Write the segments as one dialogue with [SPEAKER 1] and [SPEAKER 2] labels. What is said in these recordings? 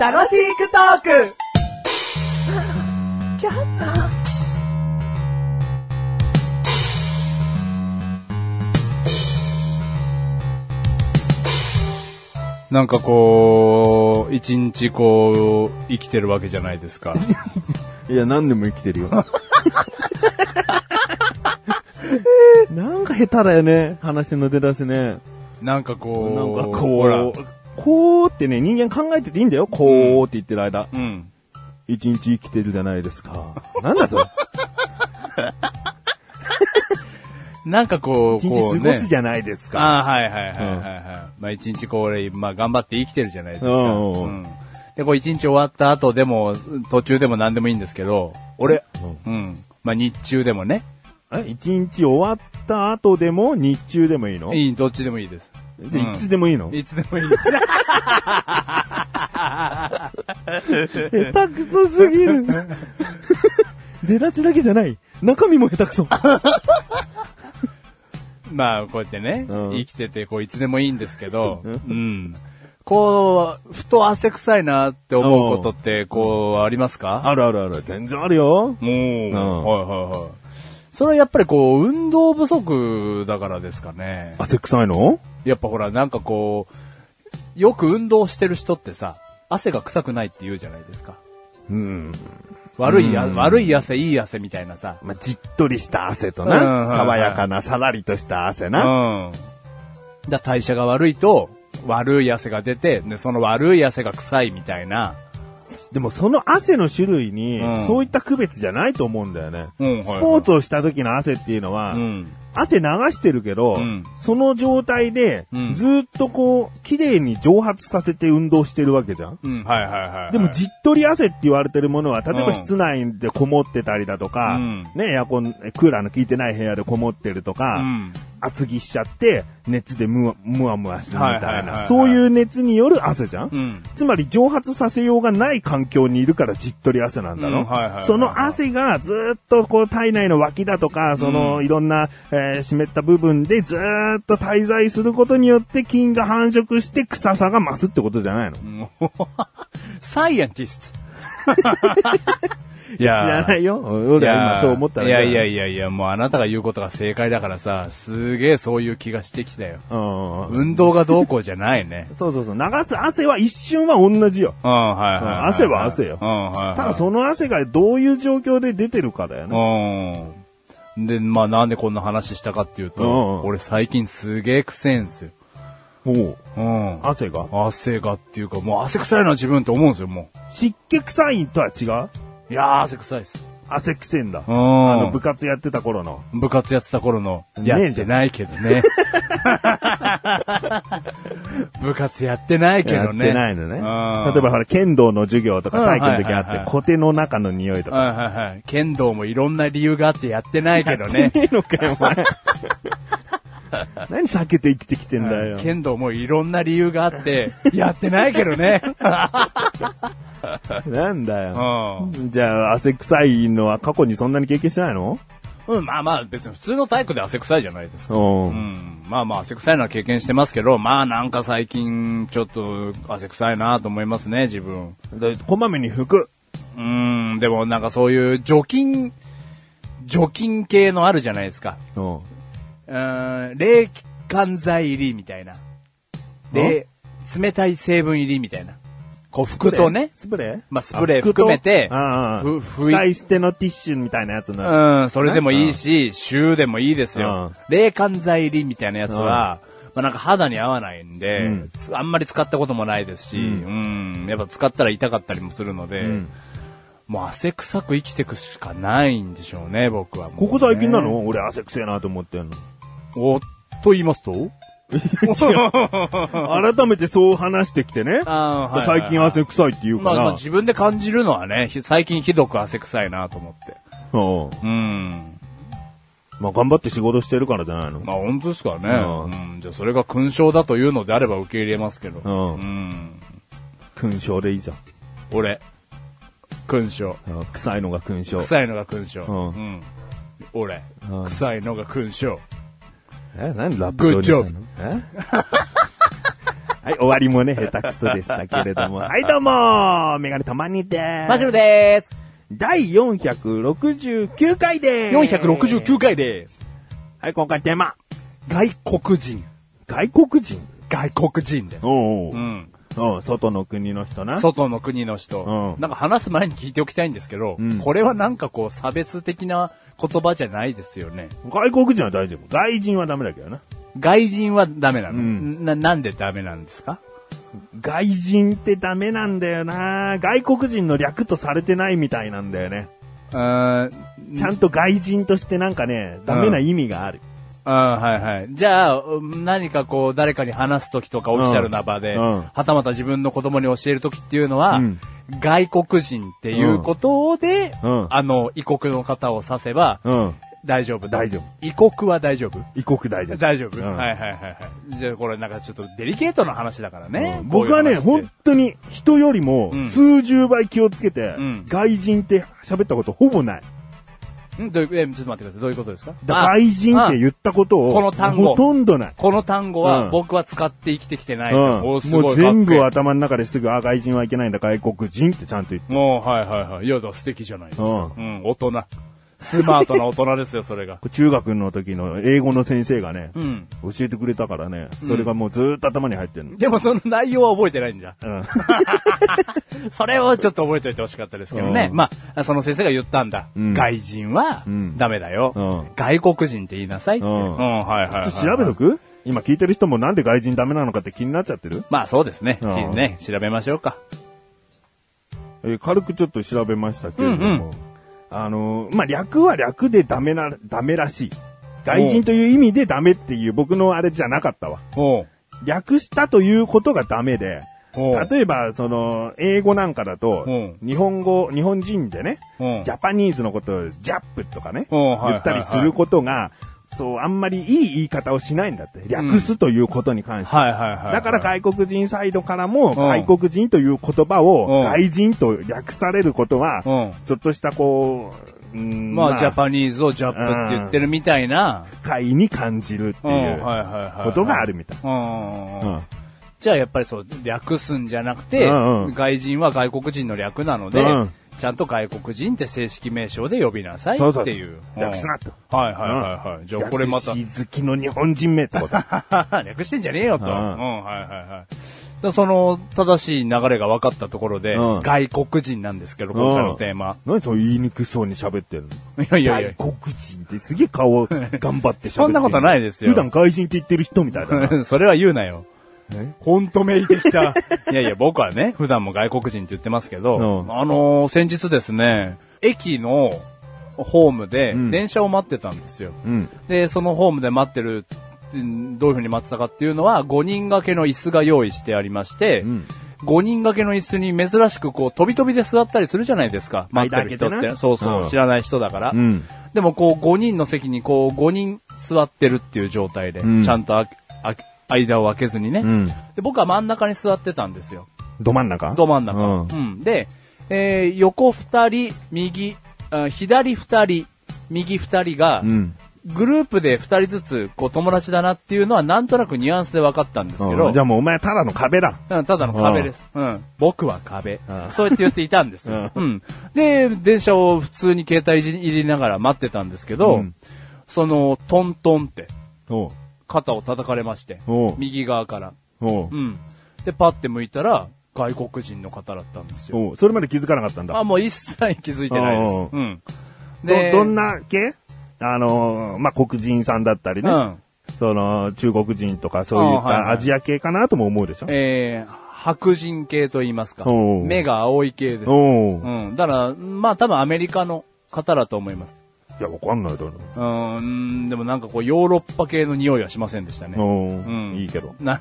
[SPEAKER 1] 楽しくトーク
[SPEAKER 2] なんかこう、一日こう、生きてるわけじゃないです か。
[SPEAKER 3] いや、何でも生きてるよ。 なんか下手だよね、話の出だしね。
[SPEAKER 2] なんかこう、
[SPEAKER 3] なんか
[SPEAKER 2] ほら
[SPEAKER 3] こう、こうってね、人間考えてていいんだよ。こうって言ってる間。
[SPEAKER 2] うん。
[SPEAKER 3] 一日生きてるじゃないですか。なんだそ れ。
[SPEAKER 2] なんかこう、
[SPEAKER 3] 一
[SPEAKER 2] こ
[SPEAKER 3] 日
[SPEAKER 2] う
[SPEAKER 3] 過ご
[SPEAKER 2] ね
[SPEAKER 3] す。じゃないですか。
[SPEAKER 2] ああ、はいはいはいはい、はいまあ一日これ、まあ頑張って生きてるじゃないですか。
[SPEAKER 3] うんうんうん
[SPEAKER 2] んで、こう一日終わった後でも、途中でも何でもいいんですけど、俺、うん。まあ日中でもね。
[SPEAKER 3] え一日終わった後でも、日中でもいいの
[SPEAKER 2] いい、どっちでもいいです。
[SPEAKER 3] じゃあいつでもいいの、
[SPEAKER 2] いつでもいいです。
[SPEAKER 3] 下手くそすぎ る。出だちだけじゃない。中身も下手くそ。
[SPEAKER 2] まあ、こうやってね、
[SPEAKER 3] うん
[SPEAKER 2] 生きてて、こう、いつでもいいんですけど、うん。こう、ふと汗臭いなって思うことって、こう、ありますか
[SPEAKER 3] あるあるある。全然あるよ。
[SPEAKER 2] もう、はいはい
[SPEAKER 3] ん
[SPEAKER 2] はい。それはやっぱりこう、運動不足だからですかね。
[SPEAKER 3] 汗臭いの
[SPEAKER 2] やっぱほら、なんかこう、よく運動してる人ってさ、汗が臭くないって言うじゃないですか。
[SPEAKER 3] うん。
[SPEAKER 2] 悪いや、悪い汗、いい汗みたいなさ。
[SPEAKER 3] まあ、じっとりした汗と
[SPEAKER 2] う
[SPEAKER 3] な。
[SPEAKER 2] ん
[SPEAKER 3] 爽やかな、さらりとした汗
[SPEAKER 2] う
[SPEAKER 3] な。
[SPEAKER 2] ん。だ代謝が悪いと、悪い汗が出て、で、その悪い汗が臭いみたいな。
[SPEAKER 3] でもその汗の種類に
[SPEAKER 2] うん、
[SPEAKER 3] そういった区別じゃないと思うんだよね。
[SPEAKER 2] うん
[SPEAKER 3] スポーツをした時の汗っていうのは
[SPEAKER 2] う、ん。
[SPEAKER 3] 汗流してるけど、
[SPEAKER 2] うん
[SPEAKER 3] その状態で
[SPEAKER 2] うん、
[SPEAKER 3] ずーっとこう、綺麗に蒸発させて運動してるわけじゃん。
[SPEAKER 2] うん、はいはいはいはい。
[SPEAKER 3] でもじっとり汗って言われてるものは、例え
[SPEAKER 2] うん
[SPEAKER 3] ば室内でこもってたりだとか、
[SPEAKER 2] うん
[SPEAKER 3] ね、エアコン、クーラーの効いてない部屋でこもってると
[SPEAKER 2] う
[SPEAKER 3] か、
[SPEAKER 2] ん。
[SPEAKER 3] 厚着しちゃって、熱でむわ、むわむわするみた
[SPEAKER 2] は
[SPEAKER 3] いな、
[SPEAKER 2] いはいはいはい
[SPEAKER 3] そういう熱による汗じゃん、
[SPEAKER 2] うん。
[SPEAKER 3] つまり蒸発させようがない環境にいるからじっとり汗なんだ
[SPEAKER 2] う
[SPEAKER 3] ろ、
[SPEAKER 2] んはいはいはいはい
[SPEAKER 3] その汗がずーっとこう体内の脇だとか、そのいろんな、えー湿った部分でずーっと滞在することによって菌が繁殖して臭さが増すってことじゃない
[SPEAKER 2] も
[SPEAKER 3] の
[SPEAKER 2] うサイエンティスト。い
[SPEAKER 3] 知ら ないよ。俺は今そう思ったら
[SPEAKER 2] いやいやいやいや、もうあなたが言うことが正解だからさ、すげえそういう気がしてきたよ。
[SPEAKER 3] うんうんうん
[SPEAKER 2] 運動がどうこうじゃないね。
[SPEAKER 3] そうそうそう。流す汗は一瞬は同じよ。
[SPEAKER 2] うん、はいはいいい。
[SPEAKER 3] 汗は汗よ
[SPEAKER 2] うん、はいはい。
[SPEAKER 3] ただその汗がどういう状況で出てるかだよね。
[SPEAKER 2] うん。で、まあなんでこんな話したかっていう
[SPEAKER 3] うん
[SPEAKER 2] と、
[SPEAKER 3] うん
[SPEAKER 2] 俺最近すげえ臭えんすよ。
[SPEAKER 3] おう
[SPEAKER 2] うん。
[SPEAKER 3] 汗が
[SPEAKER 2] 汗がっていうか、もう汗臭いな自分って思うんですよ、も
[SPEAKER 3] 湿気臭いとは違う
[SPEAKER 2] う。いやー汗臭いっす。
[SPEAKER 3] 汗臭いんだ。
[SPEAKER 2] うん。
[SPEAKER 3] あの部活やってた頃の。
[SPEAKER 2] 部活やってた頃の、
[SPEAKER 3] ね
[SPEAKER 2] やってないけどね。 部活やってないけ
[SPEAKER 3] やっ
[SPEAKER 2] どね。
[SPEAKER 3] てないのね。例え
[SPEAKER 2] うん
[SPEAKER 3] ばほら、剣道の授業とか
[SPEAKER 2] うん
[SPEAKER 3] 体育の
[SPEAKER 2] はい
[SPEAKER 3] 時あ
[SPEAKER 2] はいはい
[SPEAKER 3] って、小手の中の匂いとか。
[SPEAKER 2] はいはいはい。剣道もいろんな理由があってやってないけど ね。
[SPEAKER 3] ねえのかよ、お 前。何避けて生きてきてんだよ。
[SPEAKER 2] 剣道もいろんな理由があ って、やってないけどね。
[SPEAKER 3] なんだ
[SPEAKER 2] う
[SPEAKER 3] よ。
[SPEAKER 2] ん。
[SPEAKER 3] じゃあ、汗臭いのは過去にそんなに経験してないの
[SPEAKER 2] うん、まあまあ、別に普通の体育で汗臭いじゃないですか。
[SPEAKER 3] う。
[SPEAKER 2] うんん、まあまあ、汗臭いのは経験してますけど、まあなんか最近、ちょっと、汗臭いなと思いますね、自分。
[SPEAKER 3] だこまめに拭く。
[SPEAKER 2] うん、でもなんかそういう除菌、除菌系のあるじゃないですか。
[SPEAKER 3] うん。
[SPEAKER 2] うん、冷感剤入りみたいな。で、冷たい成分入りみたいな。こう、拭くとね。
[SPEAKER 3] スプレー
[SPEAKER 2] まあスプレー含めて
[SPEAKER 3] あ服とああああ
[SPEAKER 2] ふ拭い
[SPEAKER 3] 使い捨てのティッシュみたいなやつの。
[SPEAKER 2] うん、それでもいいし、シューでもいいです
[SPEAKER 3] う
[SPEAKER 2] よ
[SPEAKER 3] ん。
[SPEAKER 2] 冷感剤入りみたいなやつは、まあなんか肌に合わないんで、
[SPEAKER 3] うん
[SPEAKER 2] あんまり使ったこともないですし、うん、やっぱ使ったら痛かったりもするので、
[SPEAKER 3] ん
[SPEAKER 2] もう汗臭く生きていくしかないんでしょうね、僕はもうね、
[SPEAKER 3] ここ最近なの俺汗くせえなと思ってんの。
[SPEAKER 2] おっと言います と
[SPEAKER 3] 改めてそう話してきてね。
[SPEAKER 2] あーはい
[SPEAKER 3] 最近汗臭いって言う
[SPEAKER 2] ま
[SPEAKER 3] か
[SPEAKER 2] あ、
[SPEAKER 3] ら。
[SPEAKER 2] まあ自分で感じるのはね、ひ最近ひどく汗臭いなと思って。
[SPEAKER 3] うん
[SPEAKER 2] うん。
[SPEAKER 3] まあ頑張って仕事してるからじゃないの。
[SPEAKER 2] まあ本当ですからね。
[SPEAKER 3] う
[SPEAKER 2] うん。じゃあそれが勲章だというのであれば受け入れますけど。
[SPEAKER 3] うん
[SPEAKER 2] うん。
[SPEAKER 3] 勲章でいいじゃん。
[SPEAKER 2] 俺、勲章。
[SPEAKER 3] うん臭いのが勲章。
[SPEAKER 2] 臭いのが勲章。う
[SPEAKER 3] う
[SPEAKER 2] ん。俺
[SPEAKER 3] う、ん
[SPEAKER 2] 臭いのが勲章。
[SPEAKER 3] え、何ラッ
[SPEAKER 2] プ調にしたの
[SPEAKER 3] えはい、終わりもね、下手くそでしたけれども。はい、どうもメガネたまにでーす。
[SPEAKER 2] マジルでーす。
[SPEAKER 3] 第469回でーす。
[SPEAKER 2] 469回です。
[SPEAKER 3] はい、今回テーマ。
[SPEAKER 2] 外国人。
[SPEAKER 3] 外国人。
[SPEAKER 2] 外国人です。
[SPEAKER 3] おう
[SPEAKER 2] う
[SPEAKER 3] おう、
[SPEAKER 2] ん。
[SPEAKER 3] うん、外の国の人な。
[SPEAKER 2] 外の国の人、
[SPEAKER 3] うん
[SPEAKER 2] なんか話す前に聞いておきたいんですけど、
[SPEAKER 3] うん
[SPEAKER 2] これはなんかこう差別的な言葉じゃないですよね。
[SPEAKER 3] 外国人は大丈夫。外人はダメだけどな。
[SPEAKER 2] 外人はダメなの、
[SPEAKER 3] うん
[SPEAKER 2] な、なんでダメなんですか
[SPEAKER 3] 外人ってダメなんだよな外国人の略とされてないみたいなんだよね。
[SPEAKER 2] うーん。
[SPEAKER 3] ちゃんと外人としてなんかね、ダメな意味がある。
[SPEAKER 2] あはいはい。じゃあ、うん何かこう、誰かに話すときとか、オフィシャルな場で、
[SPEAKER 3] うんうん
[SPEAKER 2] はたまた自分の子供に教えるときっていうのは、
[SPEAKER 3] うん
[SPEAKER 2] 外国人っていうことで、
[SPEAKER 3] うん
[SPEAKER 2] あの、異国の方を指せば、
[SPEAKER 3] うん。
[SPEAKER 2] 大丈夫だ
[SPEAKER 3] 大丈夫。
[SPEAKER 2] 異国は大丈夫
[SPEAKER 3] 異国大丈夫。
[SPEAKER 2] 大丈夫、
[SPEAKER 3] うん
[SPEAKER 2] はいはいはいはい。じゃあこれなんかちょっとデリケートな話だからね。
[SPEAKER 3] うん僕はね、
[SPEAKER 2] こういう話
[SPEAKER 3] 本当に人よりも
[SPEAKER 2] うん
[SPEAKER 3] 数十倍気をつけて、
[SPEAKER 2] うん
[SPEAKER 3] 外人って喋ったことほぼない。
[SPEAKER 2] ってんどういうえちょっと待ってください。どういうことですか
[SPEAKER 3] だ
[SPEAKER 2] あ
[SPEAKER 3] 外人って言ったことを、
[SPEAKER 2] あこの単語
[SPEAKER 3] ほとんどない。
[SPEAKER 2] この単語は
[SPEAKER 3] うん
[SPEAKER 2] 僕は使って生きてきてない。
[SPEAKER 3] うん
[SPEAKER 2] おすごい
[SPEAKER 3] もう全部
[SPEAKER 2] かっけ
[SPEAKER 3] 頭の中ですぐ、あ、外人はいけないんだ、外国人ってちゃんと言って。
[SPEAKER 2] えもう、はいはいはい。いや、だから素敵じゃないですか。
[SPEAKER 3] う
[SPEAKER 2] うんん、大人。スマートな大人ですよ、そ れが。
[SPEAKER 3] 中学の時の英語の先生がね、
[SPEAKER 2] うん。
[SPEAKER 3] 教えてくれたからね、それがもうずーっと頭に入ってるの。
[SPEAKER 2] でもその内容は覚えてないんじゃ。
[SPEAKER 3] うん。
[SPEAKER 2] それをちょっと覚えておいてほしかったですけどね。
[SPEAKER 3] うん
[SPEAKER 2] まあ、その先生が言ったんだ。
[SPEAKER 3] うん
[SPEAKER 2] 外人は
[SPEAKER 3] うん
[SPEAKER 2] ダメだよ、
[SPEAKER 3] うん
[SPEAKER 2] 外国人って言いなさいって。
[SPEAKER 3] う
[SPEAKER 2] うんん、はいはいはい、はい。
[SPEAKER 3] 調べとく今聞いてる人もなんで外人ダメなのかって気になっちゃってる、
[SPEAKER 2] まあそうですね。
[SPEAKER 3] うん
[SPEAKER 2] いいね、調べましょうか。
[SPEAKER 3] えー軽くちょっと調べましたけれども、
[SPEAKER 2] うんうん
[SPEAKER 3] あのーまあ、略は略でダメな、ダメらしい。外人という意味でダメっていう僕のあれじゃなかったわ。
[SPEAKER 2] おう。
[SPEAKER 3] 略したということがダメで、
[SPEAKER 2] おう。
[SPEAKER 3] 例えば、その、英語なんかだと
[SPEAKER 2] うん、
[SPEAKER 3] 日本語、日本人でね、
[SPEAKER 2] うん
[SPEAKER 3] ジャパニーズのことをジャップとかね、
[SPEAKER 2] うんはいはいはい
[SPEAKER 3] 言ったりすることが、そう、あんまりいい言い方をしないんだって。略すということに関して。
[SPEAKER 2] はいはいはい。
[SPEAKER 3] だから
[SPEAKER 2] か、
[SPEAKER 3] 外国人サイドからも、
[SPEAKER 2] ん
[SPEAKER 3] 外国人という言葉を、
[SPEAKER 2] うん
[SPEAKER 3] 外人と略されることは
[SPEAKER 2] うん、
[SPEAKER 3] ちょっとしたこう、うん
[SPEAKER 2] まあ、ジャパニーズをジャップって言ってるみたいな、
[SPEAKER 3] 不快に感じるって
[SPEAKER 2] うん、
[SPEAKER 3] い
[SPEAKER 2] はいはいうはいはい。
[SPEAKER 3] ことがあるみたい。
[SPEAKER 2] うん。
[SPEAKER 3] うん
[SPEAKER 2] じゃあやっぱりそう、略すんじゃなくて、
[SPEAKER 3] うんうん
[SPEAKER 2] 外人は外国人の略なので、
[SPEAKER 3] うん
[SPEAKER 2] ちゃんと外国人って正式名称で呼びなさい
[SPEAKER 3] そうそう
[SPEAKER 2] っていう。うん
[SPEAKER 3] 略すなと
[SPEAKER 2] はいはいはいはい。じゃあこれまた
[SPEAKER 3] 略。し好きの日本人名っ てこと。
[SPEAKER 2] 略してんじゃねえよと。
[SPEAKER 3] う
[SPEAKER 2] うんん、はいはいはい。でその、正しい流れが分かったところで、
[SPEAKER 3] うん
[SPEAKER 2] 外国人なんですけど、今回のテーマ。
[SPEAKER 3] 何そう言いにくそうに喋ってるの
[SPEAKER 2] いやいやいや
[SPEAKER 3] 外国人ってすげえ顔を頑張って喋ってる
[SPEAKER 2] そんなことないですよ
[SPEAKER 3] 普段外人って言ってる人みたいだ な。
[SPEAKER 2] それは言うなよ
[SPEAKER 3] え。
[SPEAKER 2] ほんとめいてきた。 いやいや、僕はね、普段も外国人って言ってますけど、
[SPEAKER 3] うん
[SPEAKER 2] あのー先日ですね、駅のホームで
[SPEAKER 3] ん
[SPEAKER 2] 電車を待ってたんですよ。
[SPEAKER 3] うん。
[SPEAKER 2] で、そのホームで待ってる、うんどういう風に待ってたかっていうのは、5人掛けの椅子が用意してありまして、
[SPEAKER 3] うん
[SPEAKER 2] 5人掛けの椅子に珍しくこう、飛び飛びで座ったりするじゃないですか。待ってる人
[SPEAKER 3] 間
[SPEAKER 2] っ
[SPEAKER 3] 開け
[SPEAKER 2] て。
[SPEAKER 3] てな
[SPEAKER 2] そうそう、
[SPEAKER 3] うん
[SPEAKER 2] 知らない人だから。
[SPEAKER 3] うん。
[SPEAKER 2] でもこう5人の席にこう5人座ってるっていう状態で、
[SPEAKER 3] ん
[SPEAKER 2] ちゃんとあけあけ間を空けずにね、
[SPEAKER 3] うん
[SPEAKER 2] で。僕は真ん中に座ってたんですよ。
[SPEAKER 3] ど真ん中
[SPEAKER 2] ど真ん中。う
[SPEAKER 3] う
[SPEAKER 2] ん。で、えー横2人、右、あ左2人、右2人が、
[SPEAKER 3] うん。
[SPEAKER 2] グループで2人ずつこう友達だなっていうのはなんとなくニュアンスで分かったんですけど、
[SPEAKER 3] うんじゃあもうお前ただの壁だ。
[SPEAKER 2] うん、ただの壁です。うん。僕は壁
[SPEAKER 3] うん。
[SPEAKER 2] そうやって言っていたんですよ。うん。で、電車を普通に携帯いじりながら待ってたんですけど、
[SPEAKER 3] うん
[SPEAKER 2] その、トントンって、
[SPEAKER 3] おう
[SPEAKER 2] 肩を叩かれまして
[SPEAKER 3] おう、
[SPEAKER 2] 右側から。
[SPEAKER 3] おう
[SPEAKER 2] うん。で、パッて向いたら、外国人の方だったんですよ。
[SPEAKER 3] おうそれまで気づかなかったんだ。
[SPEAKER 2] あ、もう一切気づいてないで
[SPEAKER 3] おう
[SPEAKER 2] す。うん。
[SPEAKER 3] ど、どんな系あのー、まあ、黒人さんだったりね。
[SPEAKER 2] うん
[SPEAKER 3] その、中国人とかそうい
[SPEAKER 2] あ
[SPEAKER 3] っ
[SPEAKER 2] はい
[SPEAKER 3] た
[SPEAKER 2] はい
[SPEAKER 3] アジア系かなとも思うでしょ
[SPEAKER 2] えー、白人系と言いますか。
[SPEAKER 3] おう
[SPEAKER 2] 目が青い系です。う
[SPEAKER 3] おう。
[SPEAKER 2] ん。だから、まあ多分アメリカの方だと思います。
[SPEAKER 3] いや、わかんないだろ。
[SPEAKER 2] うーん、でもなんかこう、ヨーロッパ系の匂いはしませんでしたね。
[SPEAKER 3] お
[SPEAKER 2] うん
[SPEAKER 3] う。いいけど。
[SPEAKER 2] な、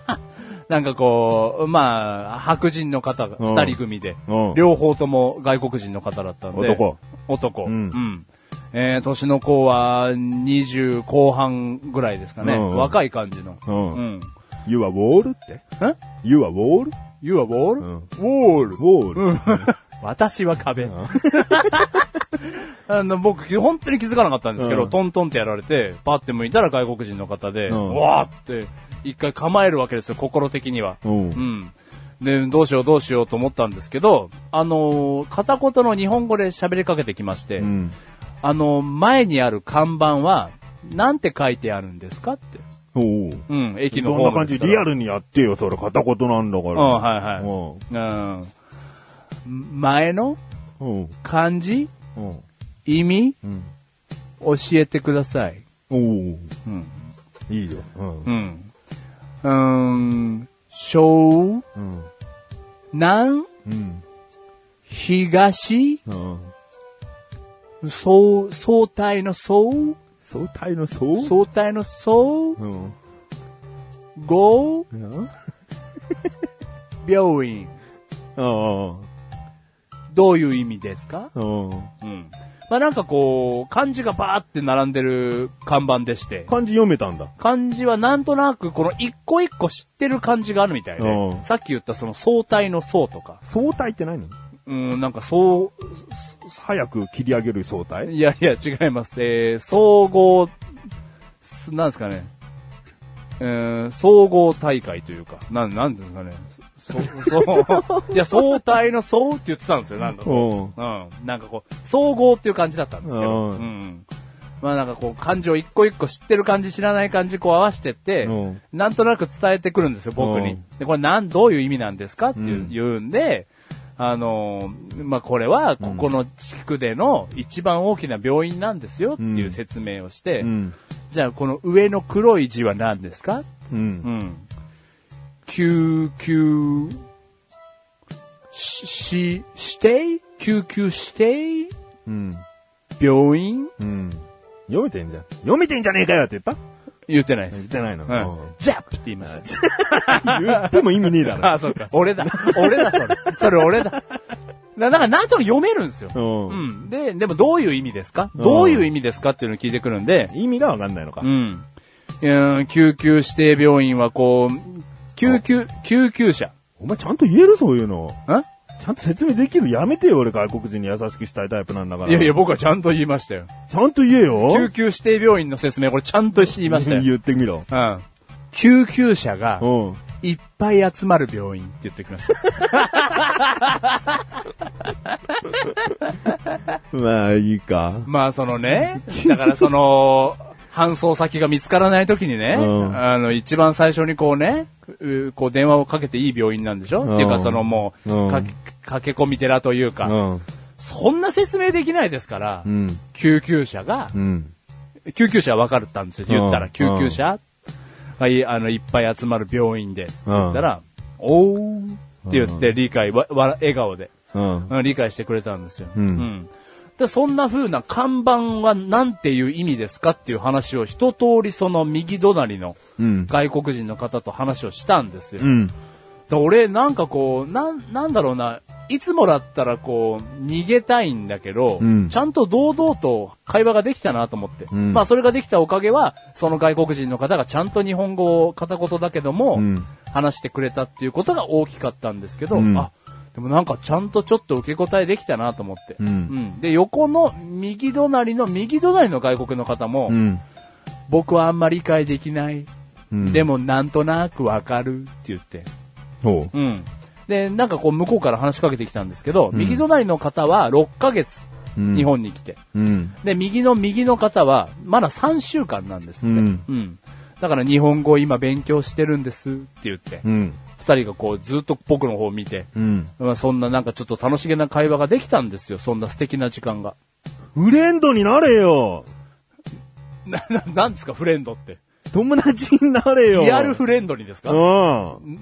[SPEAKER 2] なんかこう、まあ、白人の方が
[SPEAKER 3] うん
[SPEAKER 2] 二人組で
[SPEAKER 3] うん、
[SPEAKER 2] 両方とも外国人の方だったんで。
[SPEAKER 3] 男。
[SPEAKER 2] 男。
[SPEAKER 3] う
[SPEAKER 2] うんん。えー年の子は20後半ぐらいですかね。
[SPEAKER 3] うん
[SPEAKER 2] 若い感じの。
[SPEAKER 3] うん
[SPEAKER 2] うん。
[SPEAKER 3] You are wall って
[SPEAKER 2] え
[SPEAKER 3] ?You are wall?
[SPEAKER 2] ?You are
[SPEAKER 3] うん
[SPEAKER 2] wall?wall! Wall.
[SPEAKER 3] wall?
[SPEAKER 2] 私は壁。 あの、僕、本当に気づかなかったんですけど、
[SPEAKER 3] うん
[SPEAKER 2] トントンってやられて、パって向いたら外国人の方で、
[SPEAKER 3] うん
[SPEAKER 2] わーって、一回構えるわけですよ、心的には。
[SPEAKER 3] う
[SPEAKER 2] う
[SPEAKER 3] ん
[SPEAKER 2] ん。で、どうしようどうしようと思ったんですけど、あのー片言の日本語で喋りかけてきまして、
[SPEAKER 3] うん。
[SPEAKER 2] あのー前にある看板は、なんて書いてあるんですかって。
[SPEAKER 3] おお。
[SPEAKER 2] うん、駅の
[SPEAKER 3] どん
[SPEAKER 2] ホ
[SPEAKER 3] な
[SPEAKER 2] ーム
[SPEAKER 3] 感
[SPEAKER 2] で
[SPEAKER 3] じ
[SPEAKER 2] すから
[SPEAKER 3] リアルにやってよ、それ。片言なんだか
[SPEAKER 2] うん、
[SPEAKER 3] ら。
[SPEAKER 2] はいはい。
[SPEAKER 3] うん
[SPEAKER 2] うん。前の
[SPEAKER 3] うん。
[SPEAKER 2] 漢字
[SPEAKER 3] うん。
[SPEAKER 2] 意味
[SPEAKER 3] うん。
[SPEAKER 2] 教えてください。
[SPEAKER 3] おお。
[SPEAKER 2] うん。
[SPEAKER 3] いいよ。うん
[SPEAKER 2] う。ん。うーん。小
[SPEAKER 3] うん。
[SPEAKER 2] 南
[SPEAKER 3] うん。
[SPEAKER 2] 東
[SPEAKER 3] うん。
[SPEAKER 2] 総、総体の総
[SPEAKER 3] 相対の相
[SPEAKER 2] 総体の総
[SPEAKER 3] うん。
[SPEAKER 2] 合
[SPEAKER 3] うん。
[SPEAKER 2] 病院。
[SPEAKER 3] あ
[SPEAKER 2] どういう意味ですか
[SPEAKER 3] あ。うん。
[SPEAKER 2] うん。まあ、なんかこう、漢字がバーって並んでる看板でして。
[SPEAKER 3] 漢字読めたんだ。
[SPEAKER 2] 漢字はなんとなくこの一個一個知ってる漢字があるみたい
[SPEAKER 3] うん
[SPEAKER 2] で、さっき言ったその相対の相とか、
[SPEAKER 3] 相対って何
[SPEAKER 2] うん、なんかそう、
[SPEAKER 3] 早く切り上げる相対
[SPEAKER 2] いやいや違います。えー、総合、すなんですかね、えー、総合大会というか、なん、なんですかね、そ、そう、いや、相対の相って言ってたんですよ、なんかこ
[SPEAKER 3] うん。
[SPEAKER 2] う。うん。なんかこう、総合っていう感じだったんですけど、
[SPEAKER 3] う
[SPEAKER 2] うんん。まあなんかこう、漢字を一個一個知ってる漢字、知らない漢字こう合わせてって、
[SPEAKER 3] うん
[SPEAKER 2] なんとなく伝えてくるんですよ、僕
[SPEAKER 3] う
[SPEAKER 2] に
[SPEAKER 3] ん。
[SPEAKER 2] で、これなん、どういう意味なんですかっていう
[SPEAKER 3] うん
[SPEAKER 2] 言うんで、あのー、まあ、これは、ここの地区での一番大きな病院なんですよっていう説明をして、
[SPEAKER 3] うん。
[SPEAKER 2] じゃあこの上の黒い字は何ですか
[SPEAKER 3] う。
[SPEAKER 2] うんん。救急、し、し、指定救急指定
[SPEAKER 3] うん。
[SPEAKER 2] 病院
[SPEAKER 3] うん。読めてんじゃん。読めてんじゃねえかよって言った
[SPEAKER 2] 言ってないで
[SPEAKER 3] 言っ
[SPEAKER 2] す。
[SPEAKER 3] てないの。
[SPEAKER 2] う
[SPEAKER 3] うん
[SPEAKER 2] ん。ジャップって言いました。
[SPEAKER 3] 言っても意味ねえだ ろ。
[SPEAKER 2] ああ、そうか。俺 だ。俺だ、それ。それ俺だ。ななんか、なんとなく読めるんですよ。
[SPEAKER 3] うん
[SPEAKER 2] うん。で、でもどういう意味ですか
[SPEAKER 3] うん
[SPEAKER 2] どういう意味ですかっていうのを聞いてくるんで、
[SPEAKER 3] 意味がわかんないのか
[SPEAKER 2] う。ん。えー救急指定病院はこう、救急、救急車。
[SPEAKER 3] お前ちゃんと言えるそういうの。
[SPEAKER 2] ん
[SPEAKER 3] ちゃんと説明できるやめてよ、俺外国人に優しくしたいタイプなんだから。
[SPEAKER 2] いやいや、、僕はちゃんと言いましたよ。
[SPEAKER 3] ちゃんと言えよ。
[SPEAKER 2] 救急指定病院の説明、これちゃんと言いましたよ。
[SPEAKER 3] 言ってみろ。
[SPEAKER 2] うん。救急車が
[SPEAKER 3] う、ん。
[SPEAKER 2] いっぱい集まる病院って言ってきました。
[SPEAKER 3] まあ、いいか。
[SPEAKER 2] まあその ね、だからその、搬送先が見つからない時にね、
[SPEAKER 3] うん
[SPEAKER 2] あの、一番最初にこうね、うこう電話をかけていい病院なんでしょ、
[SPEAKER 3] うん
[SPEAKER 2] っていうかそのもう、
[SPEAKER 3] うん
[SPEAKER 2] かけ駆け込み寺というか、
[SPEAKER 3] うん。
[SPEAKER 2] そんな説明できないですから、
[SPEAKER 3] うん。
[SPEAKER 2] 救急車が、
[SPEAKER 3] うん。
[SPEAKER 2] 救急車は分かったんですよ。言った
[SPEAKER 3] うん
[SPEAKER 2] ら、救急車がい、あの、いっぱい集まる病院です。って
[SPEAKER 3] うん
[SPEAKER 2] 言ったら、おーって言って理解、わ、わ、笑顔で。
[SPEAKER 3] うん。
[SPEAKER 2] うん理解してくれたんですよ。
[SPEAKER 3] うん
[SPEAKER 2] で、そんな風な看板は何ていう意味ですかっていう話を一通りその右隣の
[SPEAKER 3] うん。
[SPEAKER 2] 外国人の方と話をしたんですよ。
[SPEAKER 3] うん。
[SPEAKER 2] で俺なんかこう、なん、なんだろうな、いつもだったらこう、逃げたいんだけど、
[SPEAKER 3] うん
[SPEAKER 2] ちゃんと堂々と会話ができたなと思って。
[SPEAKER 3] ん
[SPEAKER 2] まあそれができたおかげは、その外国人の方がちゃんと日本語を片言だけども、
[SPEAKER 3] うん
[SPEAKER 2] 話してくれたっていうことが大きかったんですけど、
[SPEAKER 3] うん
[SPEAKER 2] あ、でもなんかちゃんとちょっと受け答えできたなと思って。
[SPEAKER 3] うん
[SPEAKER 2] で、横の右隣の右隣の外国の方も、
[SPEAKER 3] うん。
[SPEAKER 2] 僕はあんま理解できない。
[SPEAKER 3] うん。
[SPEAKER 2] でもなんとなくわかるって言って。
[SPEAKER 3] おう。
[SPEAKER 2] うん。で、なんかこう向こうから話しかけてきたんですけど、右隣の方は6ヶ月、
[SPEAKER 3] うん
[SPEAKER 2] 日本に来て。
[SPEAKER 3] うん。
[SPEAKER 2] で、右の右の方は、まだ3週間なんですって。
[SPEAKER 3] うん
[SPEAKER 2] だから日本語を今勉強してるんですって言って、
[SPEAKER 3] うん。
[SPEAKER 2] 二、人がこうずっと僕の方を見て、
[SPEAKER 3] うん。
[SPEAKER 2] まあそんななんかちょっと楽しげな会話ができたんですよ。そんな素敵な時間が。
[SPEAKER 3] フレンドになれよ。
[SPEAKER 2] な、な、なんですかフレンドって。
[SPEAKER 3] 友達になれよ。
[SPEAKER 2] リアルフレンドにですか
[SPEAKER 3] うん。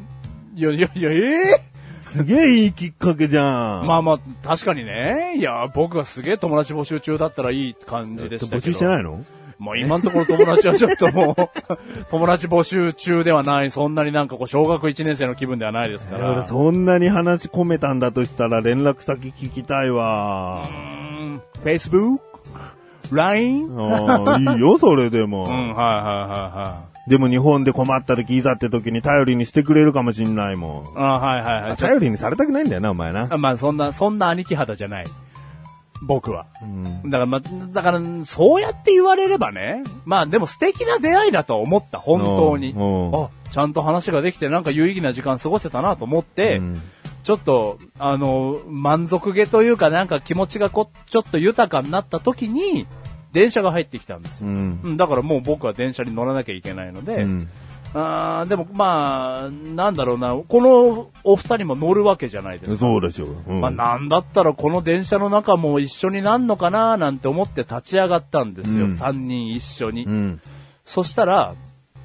[SPEAKER 2] いやいやいや、え
[SPEAKER 3] すげえいいきっかけじゃ
[SPEAKER 2] え
[SPEAKER 3] ん。
[SPEAKER 2] まあまあ、確かにね。いや、僕がすげえ友達募集中だったらいい感じでしたけど。
[SPEAKER 3] 募集してないの
[SPEAKER 2] まあ今のところ友達はちょっともう、 友達募集中ではない、そんなになんかこう、小学1年生の気分ではないですか
[SPEAKER 3] いや俺
[SPEAKER 2] ら。う
[SPEAKER 3] そんなに話込めたんだとしたら連絡先聞きたいわ。
[SPEAKER 2] ーん Facebook? LINE?
[SPEAKER 3] あーいいよ、それでも。
[SPEAKER 2] うん、はいは
[SPEAKER 3] でも日本で困った時、いざって時に頼りにしてくれるかもしんないも
[SPEAKER 2] いはいはい。あはいはい
[SPEAKER 3] ん。
[SPEAKER 2] はい。ちょ
[SPEAKER 3] 頼りにされたくないんだよな、お前な。
[SPEAKER 2] あまあそんな、そんな兄貴肌じゃない。僕は。
[SPEAKER 3] うん
[SPEAKER 2] だから、ま、だから、そうやって言われればね。まあでも素敵な出会いだと思った、本当に。
[SPEAKER 3] うんうん
[SPEAKER 2] あ、ちゃんと話ができてなんか有意義な時間過ごせたなと思って、
[SPEAKER 3] うん
[SPEAKER 2] ちょっと、あの、満足げというかなんか気持ちがこちょっと豊かになった時に、電車が入ってきたんです
[SPEAKER 3] う
[SPEAKER 2] よ。
[SPEAKER 3] ん。
[SPEAKER 2] うん、だからもう僕は電車に乗らなきゃいけないので、
[SPEAKER 3] うん。
[SPEAKER 2] あーでもまあ、なんだろうな、このお二人も乗るわけじゃないですか。
[SPEAKER 3] そうでしょう。うん
[SPEAKER 2] まあ、なんだったらこの電車の中も一緒になんのかななんて思って立ち上がったんですよ、
[SPEAKER 3] うん
[SPEAKER 2] 3人一緒に、
[SPEAKER 3] うん。
[SPEAKER 2] そしたら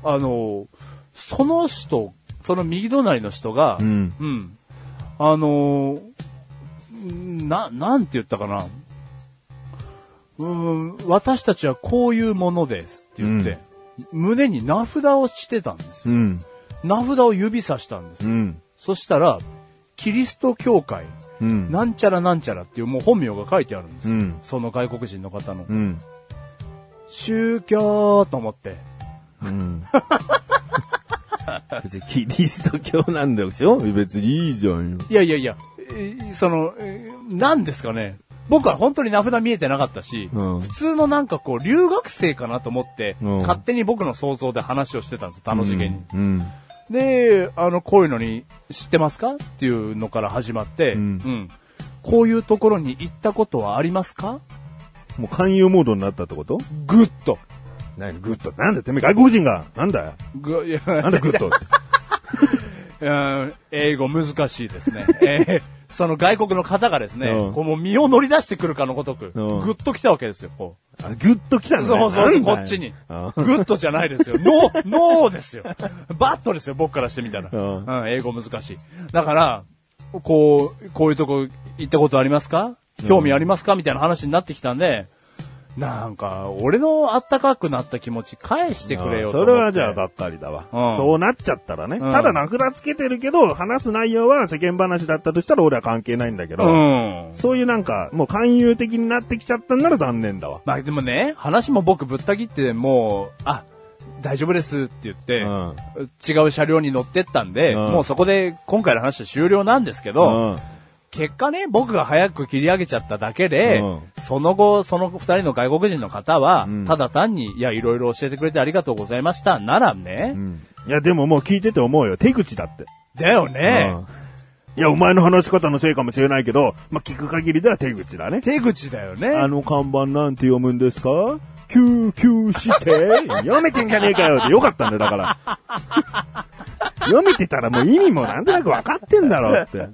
[SPEAKER 2] あのその人その右隣の人が
[SPEAKER 3] う、ん。
[SPEAKER 2] うんあのななんて言ったかなうーん私たちはこういうものですって言って、胸に名札をしてたんですよ
[SPEAKER 3] うん。
[SPEAKER 2] 名札を指さしたんです、
[SPEAKER 3] うん。
[SPEAKER 2] そしたらキリスト教会
[SPEAKER 3] うん。
[SPEAKER 2] なんちゃらなんちゃらっていうもう本名が書いてあるんです
[SPEAKER 3] う
[SPEAKER 2] よ。
[SPEAKER 3] ん。
[SPEAKER 2] その外国人の方の。
[SPEAKER 3] うん。
[SPEAKER 2] 宗教と思って。
[SPEAKER 3] うん。別にキリスト教なんだよ。別にいいじゃんよ。
[SPEAKER 2] いやいやいや、えーその、えーなんですかね。僕は本当に名札見えてなかったし、
[SPEAKER 3] うん
[SPEAKER 2] 普通のなんかこう留学生かなと思って、
[SPEAKER 3] うん
[SPEAKER 2] 勝手に僕の想像で話をしてたんですよ、楽しげに。
[SPEAKER 3] うん。
[SPEAKER 2] で、あの、こういうのに知ってますかっていうのから始まって、
[SPEAKER 3] うん
[SPEAKER 2] うんこういうところに行ったことはありますか
[SPEAKER 3] もう勧誘モードになったってこと
[SPEAKER 2] グッと。
[SPEAKER 3] 何グッドなんだてめえ外国人がなんだよ
[SPEAKER 2] グいや
[SPEAKER 3] なんだグッ ドって。
[SPEAKER 2] うん英語難しいです ね。えーその外国の方がですね、
[SPEAKER 3] うん
[SPEAKER 2] こうもう身を乗り出してくるかのごとく、
[SPEAKER 3] う
[SPEAKER 2] ぐ
[SPEAKER 3] ん
[SPEAKER 2] っと来たわけですよ、こう。
[SPEAKER 3] あ、グッド来 た
[SPEAKER 2] そ
[SPEAKER 3] の
[SPEAKER 2] う
[SPEAKER 3] ね
[SPEAKER 2] そう
[SPEAKER 3] な
[SPEAKER 2] そう、
[SPEAKER 3] んだ
[SPEAKER 2] こ
[SPEAKER 3] よ
[SPEAKER 2] っちに。グ
[SPEAKER 3] あ
[SPEAKER 2] ッとじゃないですよ。ノー、ノーですよ。バットですよ、僕からしてみたら。
[SPEAKER 3] うん
[SPEAKER 2] うん、英語難しい。だから、こう、こういうとこ行ったことありますか興味ありますかみたいな話になってきたんで、なんか、俺のあったかくなった気持ち返してくれよと思
[SPEAKER 3] そ
[SPEAKER 2] って
[SPEAKER 3] れはじゃあがっかりだわ。
[SPEAKER 2] うん
[SPEAKER 3] そうなっちゃったらね。
[SPEAKER 2] ん
[SPEAKER 3] ただ名札つけてるけど、話す内容は世間話だったとしたら俺は関係ないんだけど、
[SPEAKER 2] うん。
[SPEAKER 3] そういうなんか、もう勧誘的になってきちゃったんなら残念だわ。
[SPEAKER 2] まあでもね、話も僕ぶった切ってもう、あ、大丈夫ですって言って、
[SPEAKER 3] うん
[SPEAKER 2] 違う車両に乗ってったんで、
[SPEAKER 3] うん
[SPEAKER 2] もうそこで今回の話は終了なんですけど、結果ね、僕が早く切り上げちゃっただけで、
[SPEAKER 3] うん
[SPEAKER 2] その後、その二人の外国人の方は、
[SPEAKER 3] うん
[SPEAKER 2] ただ単に、いや、いろいろ教えてくれてありがとうございました、ならね、
[SPEAKER 3] うん。いや、でももう聞いてて思うよ。手口だって。
[SPEAKER 2] だよね、
[SPEAKER 3] うんいや、お前の話し方のせいかもしれないけど、まあ、聞く限りでは手口だね。
[SPEAKER 2] 手口だよね。
[SPEAKER 3] あの看板なんて読むんですか救急して、 読めてんじゃねえかよってよかったんだよ、だから。読めてたらもう意味もなんとなく分かってんだろうって。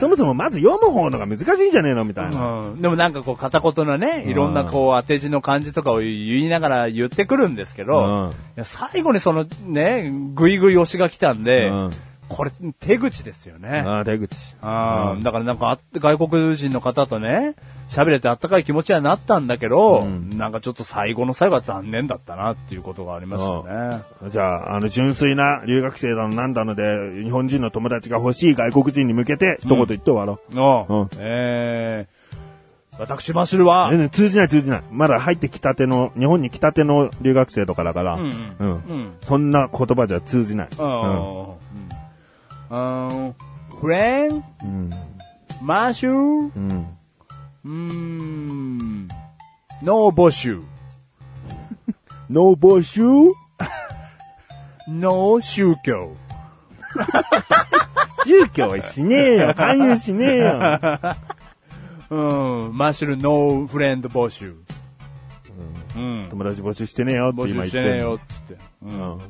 [SPEAKER 3] そもそもまず読む方のが難しいじゃねえのみたいな。
[SPEAKER 2] うん、でもなんかこう片言のね、いろんなこう当て字の漢字とかを言いながら言ってくるんですけ
[SPEAKER 3] うん
[SPEAKER 2] ど、いや最後にそのね、ぐいぐい押しが来たんで、
[SPEAKER 3] うん
[SPEAKER 2] これ手口ですよね。
[SPEAKER 3] ああ、出口。
[SPEAKER 2] うんだからなんかあ外国人の方とね、喋れてあったかい気持ちにはなったんだけど、
[SPEAKER 3] うん
[SPEAKER 2] なんかちょっと最後の最後は残念だったなっていうことがありましたね。
[SPEAKER 3] じゃあ、あの、純粋な留学生だのなんだので、日本人の友達が欲しい外国人に向けて、一言言って終わろ
[SPEAKER 2] の
[SPEAKER 3] うん
[SPEAKER 2] えー、私マシルは、
[SPEAKER 3] う。ねね通じない通じない。まだ入ってきたての、日本に来たての留学生とかだから、
[SPEAKER 2] うんう
[SPEAKER 3] うん
[SPEAKER 2] うん
[SPEAKER 3] そんな言葉じゃ通じない。うん
[SPEAKER 2] ああ、うん。フレン、
[SPEAKER 3] うん。
[SPEAKER 2] マーシュー、
[SPEAKER 3] うん。
[SPEAKER 2] うーん、ノーボシュー、
[SPEAKER 3] No b u s h
[SPEAKER 2] ノー宗教。
[SPEAKER 3] 宗教はしねえ よ。勧誘しねえよ。
[SPEAKER 2] うん、マーシュル、ノーフレンド募集。うん。
[SPEAKER 3] 友達募集してねえよって
[SPEAKER 2] 募
[SPEAKER 3] 今
[SPEAKER 2] 集
[SPEAKER 3] 言っ
[SPEAKER 2] してて
[SPEAKER 3] んの
[SPEAKER 2] ねえよ、つって。う。
[SPEAKER 3] うんん。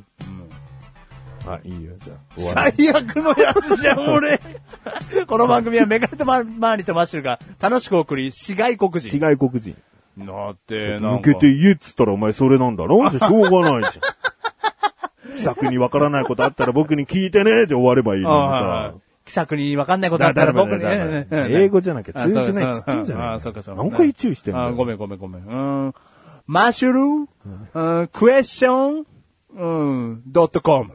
[SPEAKER 3] あ、いいよ、じゃあ。終わ
[SPEAKER 2] 最悪のやつじゃん、 俺。この番組はメガネとマーニとマッシュルが楽しく送り、市外国
[SPEAKER 3] り
[SPEAKER 2] 人。
[SPEAKER 3] 違い黒人。
[SPEAKER 2] なって、なんか。
[SPEAKER 3] 抜けて言えっつったらお前それなん だろじゃあしょうがないじゃん。気さくにわからないことあったら僕に聞いてねで終わればいいのに
[SPEAKER 2] ああ
[SPEAKER 3] さ。、
[SPEAKER 2] 気さくに分かんないことあったら僕に。
[SPEAKER 3] だだだだだ
[SPEAKER 2] うん
[SPEAKER 3] 英語じゃなきゃ通じない
[SPEAKER 2] あそうだ
[SPEAKER 3] つってんじゃない
[SPEAKER 2] ああ、そうかそうか。
[SPEAKER 3] 何回注意してんの
[SPEAKER 2] あごめんごめんごめん。うん。マッシュルうん、クエスチョンうん、ドットコム。